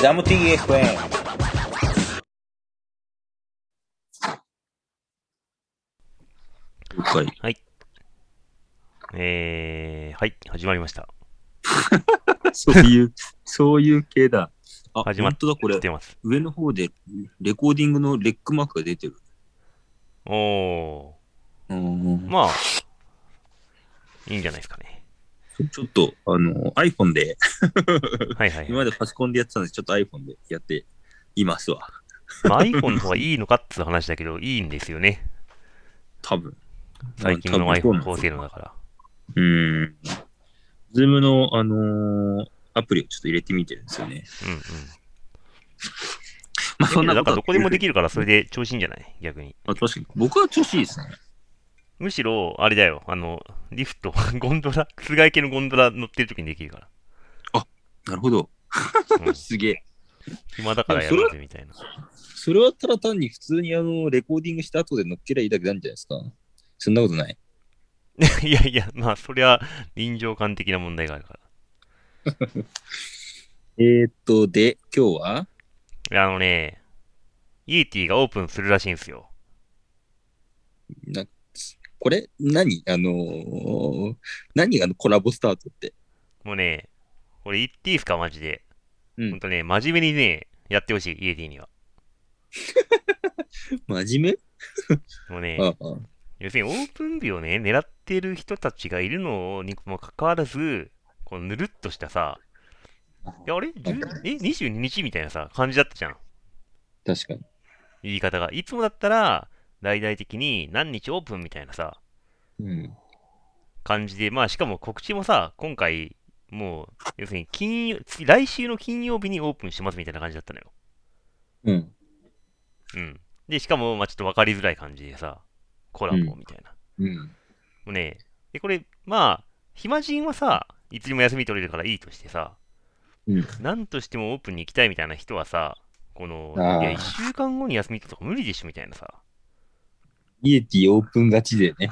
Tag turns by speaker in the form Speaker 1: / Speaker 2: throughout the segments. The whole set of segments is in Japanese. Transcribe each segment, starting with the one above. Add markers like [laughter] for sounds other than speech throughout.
Speaker 1: Jam TV FM。
Speaker 2: 了解。
Speaker 3: はい。えー、はい、始まりました。
Speaker 2: そういう、そういう系だ。あ、
Speaker 3: 始まっ
Speaker 2: 本当だ、こ
Speaker 3: 来
Speaker 2: れ。
Speaker 3: てます。
Speaker 2: 上の方で、レコーディングのレックマークが出てる。
Speaker 3: おー。
Speaker 2: うーん。
Speaker 3: まあ、いいんじゃないです
Speaker 2: [laughs]
Speaker 3: かね。
Speaker 2: ちょっと、あの、iPhone で、
Speaker 3: はいはい。
Speaker 2: 今までパソコンでやってたんですちょっと iPhone でやっていますわ。
Speaker 3: まあ、iPhone の方がいいのかっていう話だけど、いいんですよね。
Speaker 2: 多分。
Speaker 3: 最近の
Speaker 2: 多分そうなんで
Speaker 3: iPhone
Speaker 2: すよ
Speaker 3: 高性能だから。
Speaker 2: うーん。ズームの、あのーアプリをちょっと入れてみてるんですよね。
Speaker 3: うんうん。
Speaker 2: まあ、そんな
Speaker 3: だ
Speaker 2: こ
Speaker 3: か
Speaker 2: と
Speaker 3: ら
Speaker 2: は
Speaker 3: どこでもできるから、それで調子いいんじゃない逆に。
Speaker 2: まあ、確かに。僕は調子いいですね。
Speaker 3: むしろ、あれだよ。あの、リフト、 [laughs] ゴンドラ、室外系のゴンドラ乗ってる時にできるから。
Speaker 2: なるほど。
Speaker 3: うん
Speaker 2: すげえ。
Speaker 3: 暇だからやろうぜみたいな。
Speaker 2: それはただ単に普通にあの、レコーディングした後で乗っけりゃいいだけなんじゃないですか。そんなことない。
Speaker 3: [laughs] いやいや、まあ、そりゃ、臨場感的な問題があるから。
Speaker 2: えー、っと、で、今日はい
Speaker 3: やあのね、イエティがオープンするらしいんですよ。
Speaker 2: なこれ何あのー何があのコラボスタートって。
Speaker 3: もうね、これ言っていいですか、マジで。
Speaker 2: うん
Speaker 3: ほんとね、真面目にね、やってほしい、イエティには。
Speaker 2: 真面
Speaker 3: もうね
Speaker 2: 目、ああ
Speaker 3: 要するにオープン日をね、狙ってる人たちがいるのにもかかわらず、こうぬるっとしたさ、いやあれ10え ?22 日みたいなさ、感じだったじゃん。
Speaker 2: 確かに。
Speaker 3: 言い方が。いつもだったら、大々的に何日オープンみたいなさ、
Speaker 2: うん。
Speaker 3: 感じで、まあ、しかも告知もさ、今回、もう、要するに金曜、次来週の金曜日にオープンしますみたいな感じだったのよ。
Speaker 2: うん。
Speaker 3: うん。で、しかも、まあ、ちょっと分かりづらい感じでさ、コラボみたいな。
Speaker 2: うん。
Speaker 3: もうね、で、これ、まあ、暇人はさ、いつでも休み取れるからいいとしてさ、
Speaker 2: うん
Speaker 3: なんとしてもオープンに行きたいみたいな人はさ、この、い
Speaker 2: あー
Speaker 3: や、1週間後に休み取るとか無理でしょみたいなさ、
Speaker 2: イエティオープン勝ちでね。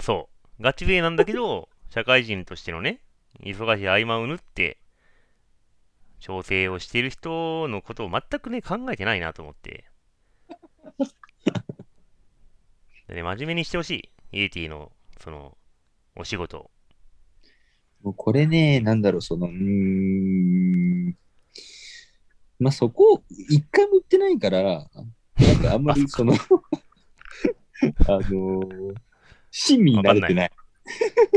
Speaker 3: そう。ガチ勢なんだけ
Speaker 2: [laughs]
Speaker 3: ど、社会人としてのね、忙しい合間を縫って、調整をしている人のことを全くね、考えてないなと思
Speaker 2: [laughs]
Speaker 3: って。でね、真面目にしてほしい。イエティの、その、お仕事を。
Speaker 2: もうこれね、なんだろう、その、うーん。まあ、そこ、一回も言ってないから、なんかあんまりその、あのー、親身になれてない。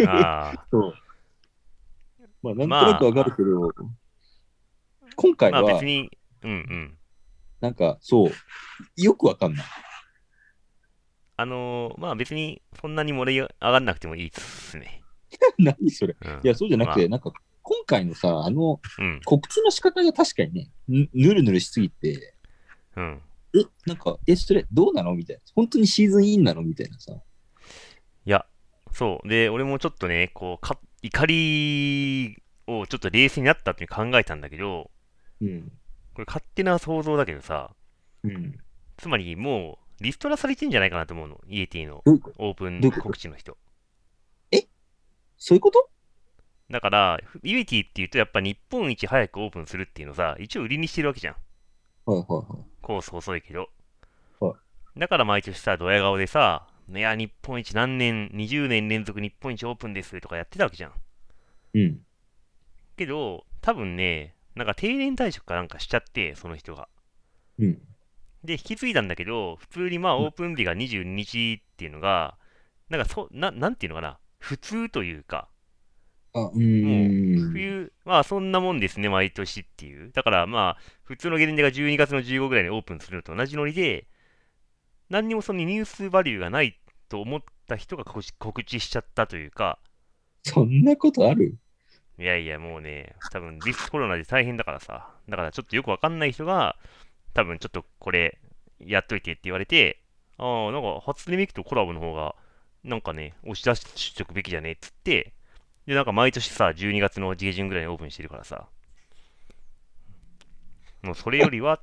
Speaker 3: ああ。
Speaker 2: そう。まあ、なんとなくわかるけど、今回
Speaker 3: まあ
Speaker 2: は
Speaker 3: 別、に、うんうん。
Speaker 2: なんか、そう、よくわかんない。 [laughs]
Speaker 3: あのーまあ別に、そんなに盛り上がんなくてもいいですね。
Speaker 2: 何それ。
Speaker 3: うん、
Speaker 2: いや、そうじゃなくて、なんか、今回のさ、あの、
Speaker 3: うん、
Speaker 2: 告知の仕方が確かにね、ぬぬるぬるしすぎて、
Speaker 3: うん。
Speaker 2: え、なんか、え、それ、どうなのみたいな。本当にシーズンインなのみたいなさ。
Speaker 3: いや、そう。で、俺もちょっとね、こう、か怒りをちょっと冷静になったって考えたんだけど、
Speaker 2: うん。
Speaker 3: これ勝手な想像だけどさ、
Speaker 2: うん。
Speaker 3: つまりもう、リストラされてんじゃないかなと思うの。イエティの
Speaker 2: どういうこと
Speaker 3: オープン
Speaker 2: どういうこと
Speaker 3: 告知の人。
Speaker 2: そういうこと
Speaker 3: だから、イエティっていうとやっぱ日本一早くオープンするっていうのさ、一応売りにしてるわけじゃん。
Speaker 2: はいはいはい。
Speaker 3: コース遅いけど
Speaker 2: は。
Speaker 3: だから毎年さ、ドヤ顔でさ、いや、日本一何年、20年連続日本一オープンですとかやってたわけじゃん。
Speaker 2: うん。
Speaker 3: けど、多分ね、なんか定年退職かなんかしちゃって、その人が。
Speaker 2: うん。
Speaker 3: で、引き継いだんだけど、普通にまあ
Speaker 2: うん
Speaker 3: オープン日が22日っていうのが、なんかそ、ななんていうのかな、普通というか、
Speaker 2: あ、うーん。
Speaker 3: 冬、まあそんなもんですね、毎年っていう。だからまあ、普通のゲレンデが12月の15ぐらいにオープンするのと同じノリで、何にもそのニュースバリューがないと思った人が告知告知しちゃったというか、
Speaker 2: そんなことある
Speaker 3: いやいや、もうね、多分ディスコロナで大変だからさ、だからちょっとよくわかんない人が、多分ちょっとこれ、やっといてって言われて、ああ、なんか、初音ミクとコラボの方が、なんかね、押し出しておくべきじゃねえっつって、で、なんか毎年さ、12月の下旬ぐらいにオープンしてるからさ、もうそれよりはっ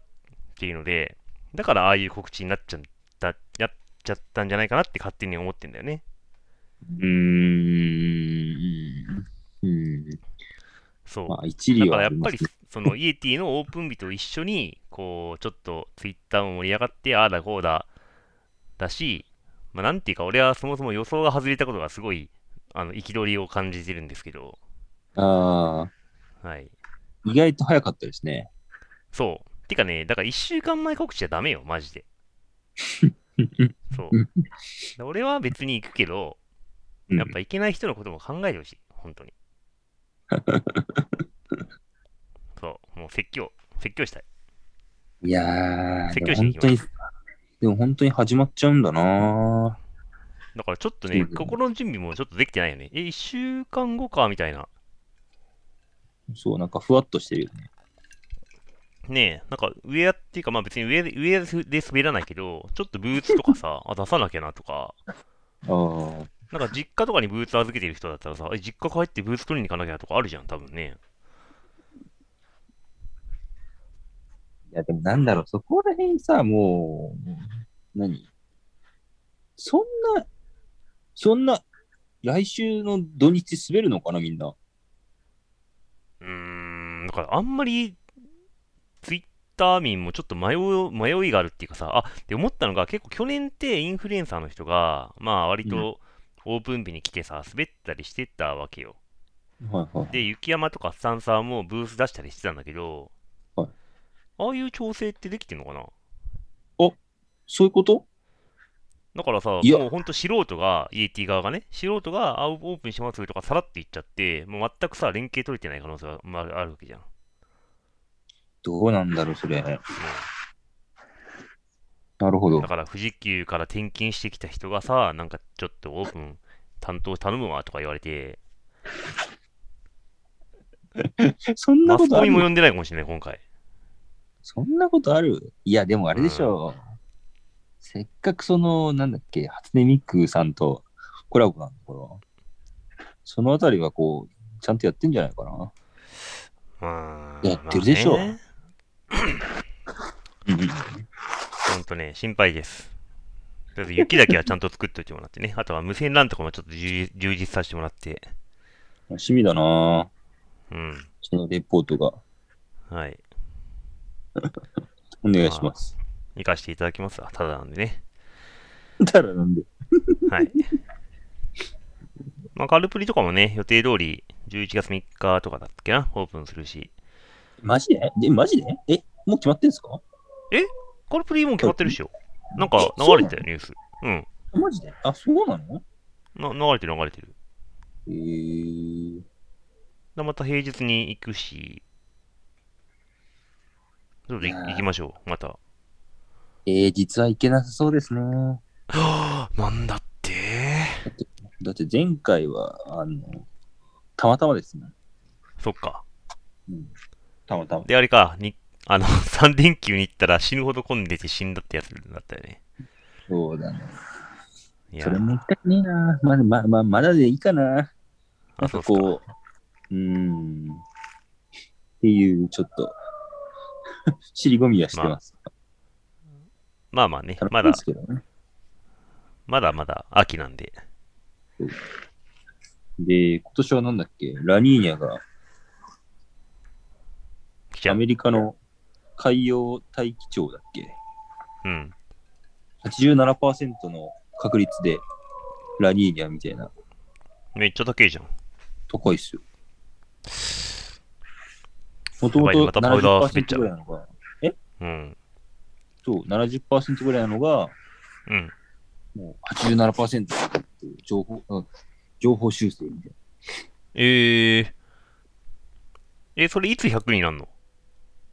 Speaker 3: ていうので、だからああいう告知になっちゃった、やっちゃったんじゃないかなって勝手に思ってんだよね。
Speaker 2: うーん。うん。
Speaker 3: そう。
Speaker 2: まあ、一
Speaker 3: だ
Speaker 2: 理
Speaker 3: か
Speaker 2: は
Speaker 3: らや
Speaker 2: あ
Speaker 3: っ
Speaker 2: りま
Speaker 3: ぱ
Speaker 2: す
Speaker 3: り
Speaker 2: ね。
Speaker 3: そのイエティのオープン日と一緒に、こう、ちょっとツイッターも盛り上がって、ああだこうだ、だし、まあ、なんていうか、俺はそもそも予想が外れたことがすごい、あの、憤りを感じてるんですけど、
Speaker 2: ああ、
Speaker 3: はい。
Speaker 2: 意外と早かったですね。
Speaker 3: そう。てかね、だから1週間前告知じゃダメよ、マジで。そう
Speaker 2: う。
Speaker 3: で俺は別に行くけど、
Speaker 2: うん
Speaker 3: やっぱ行けない人のことも考えてほしい、
Speaker 2: [laughs]
Speaker 3: 本当に。そう、もう説教、説教したい。
Speaker 2: いやー、
Speaker 3: 説
Speaker 2: で
Speaker 3: 教
Speaker 2: も
Speaker 3: しに
Speaker 2: 本当
Speaker 3: 行きま
Speaker 2: に、でも本当に始まっちゃうんだな
Speaker 3: だからちょっと
Speaker 2: そう
Speaker 3: ね、
Speaker 2: だね
Speaker 3: 心の準備もちょっとできてないよね。え、1週間後か、みたいな。
Speaker 2: そう、なんかふわっとしてるよね。
Speaker 3: ねえ、なんか上っていうか、まあ別に上で上で滑らないけど、ちょっとブーツとかさ、 [laughs] あ出さなきゃなとか、
Speaker 2: ああ、
Speaker 3: なんか実家とかにブーツ預けてる人だったらさ、え、実家帰ってブーツ取りに行かなきゃとかあるじゃん、多分ね。
Speaker 2: いや、でもなんだろう、そこら辺さ、もう、何そんな、そんな、来週の土日滑るのかな、みんな。
Speaker 3: うーん、だからあんまり、ツイッター民もちょっと迷う迷いがあるっていうかさ、あで思ったのが、結構去年ってインフルエンサーの人が、まあ割とオープン日に来てさ、滑ったりしてたわけよ。
Speaker 2: はいはい。
Speaker 3: で、雪山とかスタンサーもブース出したりしてたんだけど、
Speaker 2: はい
Speaker 3: ああいう調整ってできてんのかな
Speaker 2: そういうこと
Speaker 3: だからさ、
Speaker 2: いや
Speaker 3: もうほんと素人が、イエティ側がね、素人があオープンしますよとかさらって言っちゃって、もう全くさ、連携取れてない可能性がまああるわけじゃん。
Speaker 2: どうなんだろう、それ。なるほど
Speaker 3: だ。から富士急から転勤してきた人がさ、なんかちょっとオープン担当頼むわとか言われて、
Speaker 2: そんな
Speaker 3: マ
Speaker 2: こ
Speaker 3: ス
Speaker 2: と
Speaker 3: コ
Speaker 2: あ
Speaker 3: ミも呼
Speaker 2: る
Speaker 3: んでないかもしれない、今回。
Speaker 2: そんなことあるいや、でもあれでしょう。せっかくその、なんだっけ、初音ミクさんとコラボなんだから、そのあたりはこう、ちゃんとやってんじゃないかな。
Speaker 3: まあ
Speaker 2: やってるでしょ
Speaker 3: まあねほんとね、心配です。とりあえず雪だけはちゃんと作っといてもらってね。 [laughs] あとは無線 LAN とかもちょっと充実充実させてもらって。
Speaker 2: 楽しみだな
Speaker 3: うん。
Speaker 2: そのレポートが。
Speaker 3: はい。
Speaker 2: お願いします。
Speaker 3: 行かせていただきますわ。ただなんでね。
Speaker 2: ただなんで。
Speaker 3: はい。 [laughs] まあ、カルプリとかもね、予定通り11月3日とかだっけな、オープンするし。
Speaker 2: マジでで、マジでえ、もう決まってんすか
Speaker 3: カルプリもう決まってるっしょ。なんか流れてたよ、ニュース。うん。
Speaker 2: マジであ、そうなの
Speaker 3: な流れてる、流れてる。
Speaker 2: えー、
Speaker 3: でまた平日に行くし。ちょっとい
Speaker 2: いやー
Speaker 3: 行きましょう、また。は
Speaker 2: えー、実はいけなさそうですね。
Speaker 3: あ、 [gasps] なんだって
Speaker 2: だって前回は、あの、たまたまですね。
Speaker 3: そっか。
Speaker 2: うん、たまたま。
Speaker 3: で、あれか、にあの、3連 [laughs] 休に行ったら死ぬほど混んでて死んだってやつだったよね。
Speaker 2: そうだね。
Speaker 3: いや
Speaker 2: それ、もったいねえな。まだ、まままだでいいかな。な
Speaker 3: あ、
Speaker 2: ん
Speaker 3: そ
Speaker 2: か
Speaker 3: うっすか。
Speaker 2: こう、うーん。っていう、ちょっと、 [laughs] 尻込みはしてます。
Speaker 3: まあまあね、ま
Speaker 2: 楽しい
Speaker 3: だ
Speaker 2: で、すけどね。
Speaker 3: まだまだ秋なんで。
Speaker 2: で、今年はなんだっけ、ラニーニャが
Speaker 3: 来ちゃ
Speaker 2: ア
Speaker 3: う。
Speaker 2: メリカの海洋大気潮だっけ、
Speaker 3: うん。
Speaker 2: 87%の確率でラニーニャみたいな
Speaker 3: めっちゃ高いじゃん。
Speaker 2: とこいっすよ。もと
Speaker 3: や
Speaker 2: も
Speaker 3: ばいね
Speaker 2: と
Speaker 3: またパウダー滑っち
Speaker 2: 70%
Speaker 3: ゃう
Speaker 2: ぐらいなのが、
Speaker 3: うん。
Speaker 2: そう、70%ぐらいなのが、
Speaker 3: うん。
Speaker 2: もう87%だったっていう情報、うん情報修正みたいな。
Speaker 3: えー。え、それいつ100になるの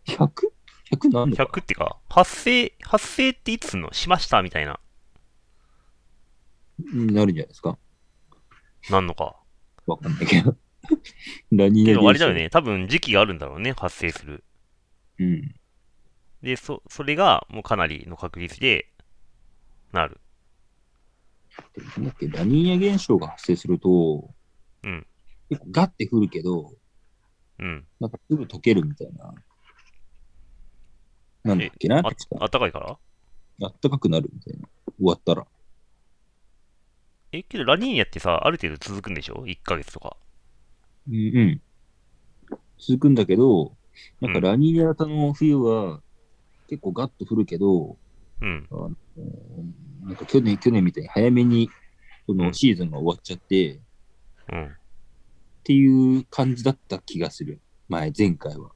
Speaker 2: 100?100 なんのか
Speaker 3: ?100 ってか、発生、発生っていつすんのしましたみたいな、
Speaker 2: になるんじゃないですか
Speaker 3: なんのか。
Speaker 2: わかんないけど。 [laughs] ラニーニ
Speaker 3: け
Speaker 2: ャ
Speaker 3: ど、あれだよね、多分時期があるんだろうね、発生する。
Speaker 2: 現象。うん。
Speaker 3: で、そ、それがもうかなりの確率で、なる。
Speaker 2: ってなんだっけ、ラニーニャ現象が発生すると、
Speaker 3: うん
Speaker 2: 結構ガッて降るけど、
Speaker 3: うん。
Speaker 2: なんかすぐ溶けるみたいな。なんだっけな
Speaker 3: あ
Speaker 2: 確か
Speaker 3: あったかいから
Speaker 2: あったかくなるみたいな。終わったら。
Speaker 3: え、けどラニーニャってさ、ある程度続くんでしょ ?1 ヶ月とか。
Speaker 2: うん、うん。続くんだけど、なんかラニーニャ型の冬は結構ガッと降るけど、
Speaker 3: うん。
Speaker 2: うんなんか去年、去年みたいに早めにそうの
Speaker 3: ん
Speaker 2: シーズンが終わっちゃって、っ
Speaker 3: うん。
Speaker 2: ていう感じだった気がする。前、前回は。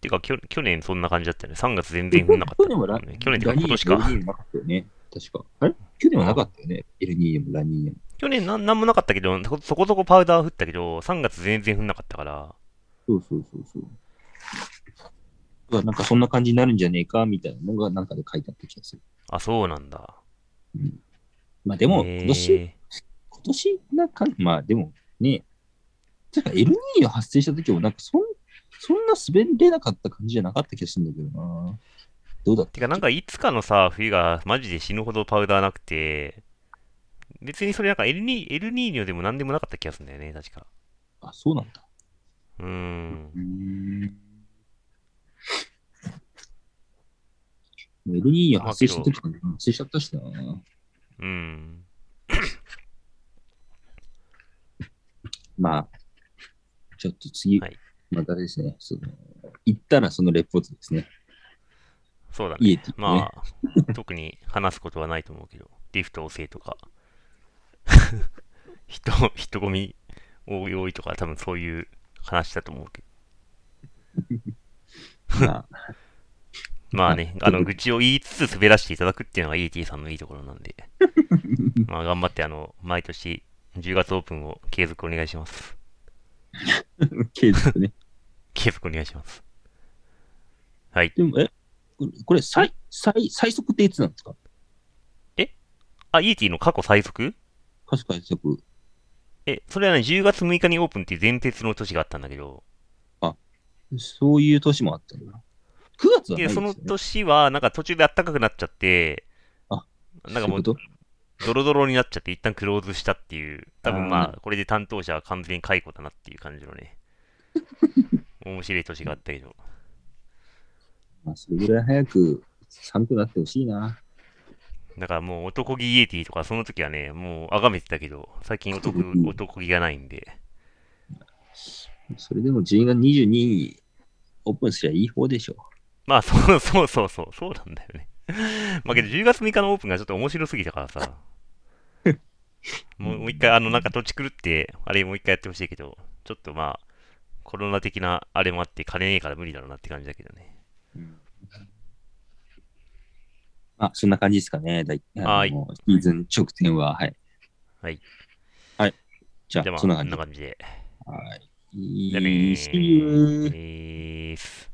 Speaker 3: てか、きょ去年そんな感じだったよね。3月全然降んなかっ
Speaker 2: 去年はラ
Speaker 3: た、ね。去年って
Speaker 2: ラ
Speaker 3: か
Speaker 2: ニ
Speaker 3: 今
Speaker 2: ーニ
Speaker 3: 年
Speaker 2: ャもエ
Speaker 3: か。
Speaker 2: ルニーニャもなかったよね。確か。あれ去年はなかったよね。エルニーニャもラニーニャも。 [laughs]
Speaker 3: 去年なんなんもなかったけど、そこそこそこパウダー降ったけど、3月全然降んなかったから。
Speaker 2: そうそうそうそう。うわなんかそんな感じになるんじゃねえかみたいなのがなんかで書いてあった気がする。
Speaker 3: あ、そうなんだ。
Speaker 2: まあでも、
Speaker 3: へー
Speaker 2: 今年、今年なんか、まあでもね、てかエルニーニョ発生した時もなんかそんそんな滑れなかった感じじゃなかった気がするんだけどな。どうだった
Speaker 3: てか、なんかいつかのさ、冬がマジで死ぬほどパウダーなくて、別にそれなんかエルニエルニーニョでもなんでもなかった気がするんだよね、確か。
Speaker 2: あ、そうなんだ。
Speaker 3: うーん。
Speaker 2: エルニーニョ発生した時も発生しちゃったしな。
Speaker 3: うん。
Speaker 2: まあ、ちょっと次、
Speaker 3: はい
Speaker 2: またですね、その、行ったらそのレポートですね。
Speaker 3: そうだね。
Speaker 2: 家っていうね。
Speaker 3: まあ、特に話すことはないと思うけど、リフト遅いとか、 [laughs] 人、人混み多い多いとか、多分そういう話だと思うけど。
Speaker 2: まあ [laughs]
Speaker 3: まあね、あの、愚痴を言いつつ滑らせていただくっていうのが ET さんのいいところなんで、 [laughs] まあ頑張って、あの、毎年10月オープンを継続お願いします。
Speaker 2: 継続ね。
Speaker 3: 継続お願いします。
Speaker 2: でも、え、これ、これ最、最、最速っていつなんですか
Speaker 3: あ、ET の過去最速
Speaker 2: 歌手最速。
Speaker 3: え、それはね、10月6日にオープンっていう前説の年があったんだけど、
Speaker 2: そういう年もあったんだな。9月はないで
Speaker 3: で、
Speaker 2: す
Speaker 3: そ
Speaker 2: よ、ね。
Speaker 3: の年は、なんか途中で暖かくなっちゃって、
Speaker 2: あ
Speaker 3: なんかもう、
Speaker 2: そういうこ
Speaker 3: ドロドロになっちゃって、一旦クローズしたっていう、多分
Speaker 2: あ
Speaker 3: まあ、これで担当者は完全に解雇だなっていう感じ
Speaker 2: [laughs]
Speaker 3: のね、面白い年があったけど、
Speaker 2: とまあ、それぐらい早く寒くなってほしいな。
Speaker 3: だからもう、男気イエティとか、その時はね、もう、あがめてたけど、最近男
Speaker 2: うん
Speaker 3: 男気がないんで、
Speaker 2: それでも12月22にオープンすりゃいい方でしょ
Speaker 3: まあ、そうそうそうそう、そうなんだよね。まあけど、10月6日のオープンがちょっと面白すぎたからさ、もうもう一回、あの、なんか土地狂って、あれもう一回やってほしいけど、ちょっとまあ、コロナ的なあれもあって、金ねえから無理だろうなって感じだけどね。
Speaker 2: う。あ、そんな感じですかね。だい
Speaker 3: はい
Speaker 2: あのシーズン直前は、はい。
Speaker 3: はい。
Speaker 2: はい。じゃあ、
Speaker 3: じゃあまあ、
Speaker 2: そ
Speaker 3: そ
Speaker 2: ん
Speaker 3: ん
Speaker 2: な
Speaker 3: な
Speaker 2: 感じ。
Speaker 3: 感じで。
Speaker 2: はい。
Speaker 3: じゃあね
Speaker 2: いい
Speaker 3: ー
Speaker 2: See you.
Speaker 3: えーす